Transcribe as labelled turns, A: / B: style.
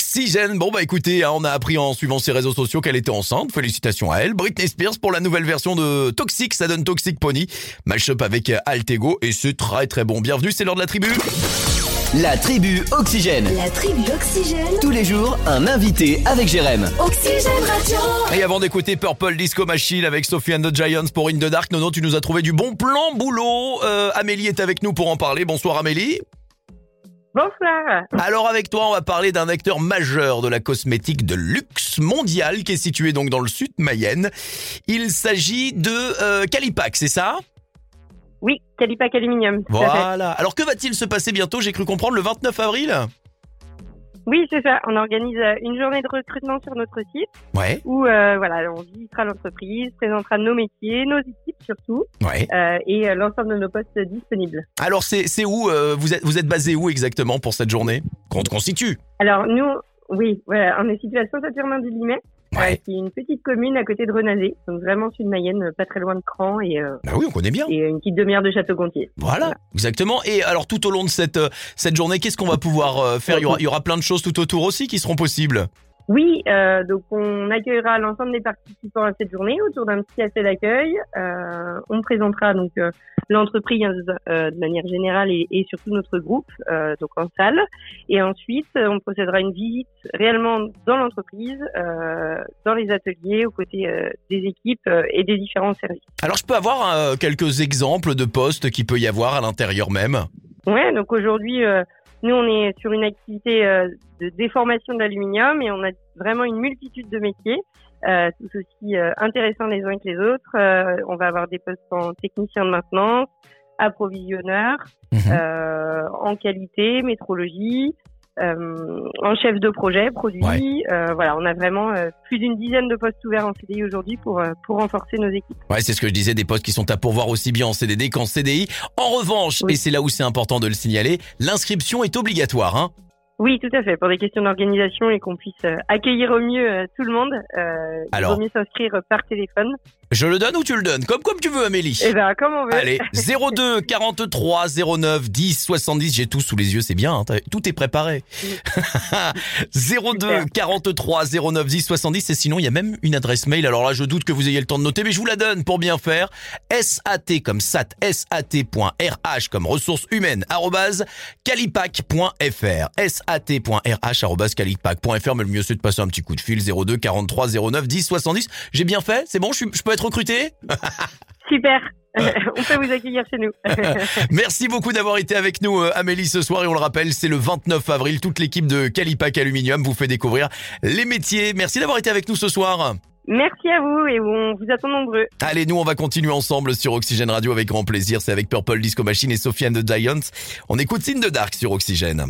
A: Oxygène. Bon bah écoutez, hein, on a appris en suivant ses réseaux sociaux qu'elle était enceinte. Félicitations à elle. Britney Spears pour la nouvelle version de Toxic, ça donne Toxic Pony. Match-up avec Altego et c'est très très bon. Bienvenue, c'est l'heure de la tribu.
B: La tribu Oxygène.
C: La tribu Oxygène.
B: Tous les jours, un invité avec Jérém.
C: Oxygène Radio.
A: Et avant d'écouter Purple Disco Machine avec Sophie and the Giants pour In the Dark, Nono, tu nous as trouvé du bon plan boulot. Euh, Amélie est avec nous pour en parler. Bonsoir Amélie.
D: Bonsoir.
A: Alors avec toi, on va parler d'un acteur majeur de la cosmétique de luxe mondial qui est situé donc dans le sud Mayenne. Il s'agit de euh, Calipac, c'est ça
D: Oui, Calipac Aluminium. tout à fait.
A: Voilà. Alors que va-t-il se passer bientôt J'ai cru comprendre le 29 avril.
D: Oui, c'est ça. On organise euh, une journée de recrutement sur notre site
A: Ouais,
D: où euh, voilà, on visitera l'entreprise, présentera nos métiers, nos équipes surtout,
A: ouais.
D: euh, et euh, l'ensemble de nos postes disponibles.
A: Alors c'est c'est où euh, vous êtes vous êtes basé où exactement pour cette journée Qu'on te constitue.
D: Alors nous, oui, voilà, on est situé à Saint-Saturnin-du-Limet, euh, qui est une petite commune à côté de Renazé, donc vraiment sud Mayenne, euh, pas très loin de Cran et, euh,
A: Bah oui, on connaît bien.
D: et euh, une petite demi-heure de Château-Gontier.
A: Voilà, exactement. Et alors tout au long de cette euh, cette journée, qu'est-ce qu'on va pouvoir euh, faire il y, aura, il y aura plein de choses tout autour aussi qui seront possibles.
D: Oui, euh, donc on accueillera l'ensemble des participants à cette journée autour d'un petit café d'accueil. Euh, on présentera donc euh, l'entreprise euh, de manière générale et, et surtout notre groupe euh, donc en salle. Et ensuite, euh, on procédera à une visite réellement dans l'entreprise, euh, dans les ateliers, aux côtés euh, des équipes euh, et des différents services.
A: Alors je peux avoir euh, quelques exemples de postes qui peut y avoir à l'intérieur même.
D: Ouais, donc aujourd'hui, euh, nous on est sur une activité euh, de déformation de l'aluminium et on a vraiment une multitude de métiers, euh, tous aussi euh, intéressants les uns que les autres. Euh, on va avoir des postes en technicien de maintenance, approvisionneur,
A: Mhm.
D: euh, en qualité, métrologie. euh, en chef de projet, produit,
A: Ouais.
D: Euh, voilà, on a vraiment euh, plus d'une dizaine de postes ouverts en CDI aujourd'hui pour euh, pour renforcer nos équipes.
A: Ouais, c'est ce que je disais, des postes qui sont à pourvoir aussi bien en CDD qu'en CDI. En revanche,
D: Oui.
A: et c'est là où c'est important de le signaler, l'inscription est obligatoire. Hein
D: Oui, tout à fait. Pour des questions d'organisation et qu'on puisse euh, accueillir au mieux euh, tout le monde, euh,
A: Alors.
D: il vaut mieux s'inscrire euh, par téléphone.
A: je le donne ou tu le donnes Comme comme tu veux, Amélie.
D: Eh ben, comme on veut.
A: Allez, 02 43 09 10 70, j'ai tout sous les yeux, c'est bien, hein, t'as- tout est préparé. 02 43 09 10 70, et sinon il y a même une adresse mail, alors là je doute que vous ayez le temps de noter, mais je vous la donne pour bien faire. SAT comme SAT, SAT.RH comme ressources humaines, arrobase calipac.fr. SAT.RH arrobase calipac.fr, mais le mieux c'est de passer un petit coup de fil, 02 43 09 10 70. J'ai bien fait, c'est bon, je, suis- je peux être recruté
D: Super.
A: Euh.
D: on peut vous accueillir chez nous.
A: Merci beaucoup d'avoir été avec nous, euh, Amélie, ce soir. Et on le rappelle, c'est le 29 avril. Toute l'équipe de Calipac Aluminium vous fait découvrir les métiers. Merci d'avoir été avec nous ce soir.
D: Merci à vous et on vous attend nombreux.
A: Allez, nous, on va continuer ensemble sur Oxygène Radio avec grand plaisir. C'est avec Purple Disco Machine et Sofiane de Giants. On écoute In the Dark sur Oxygène.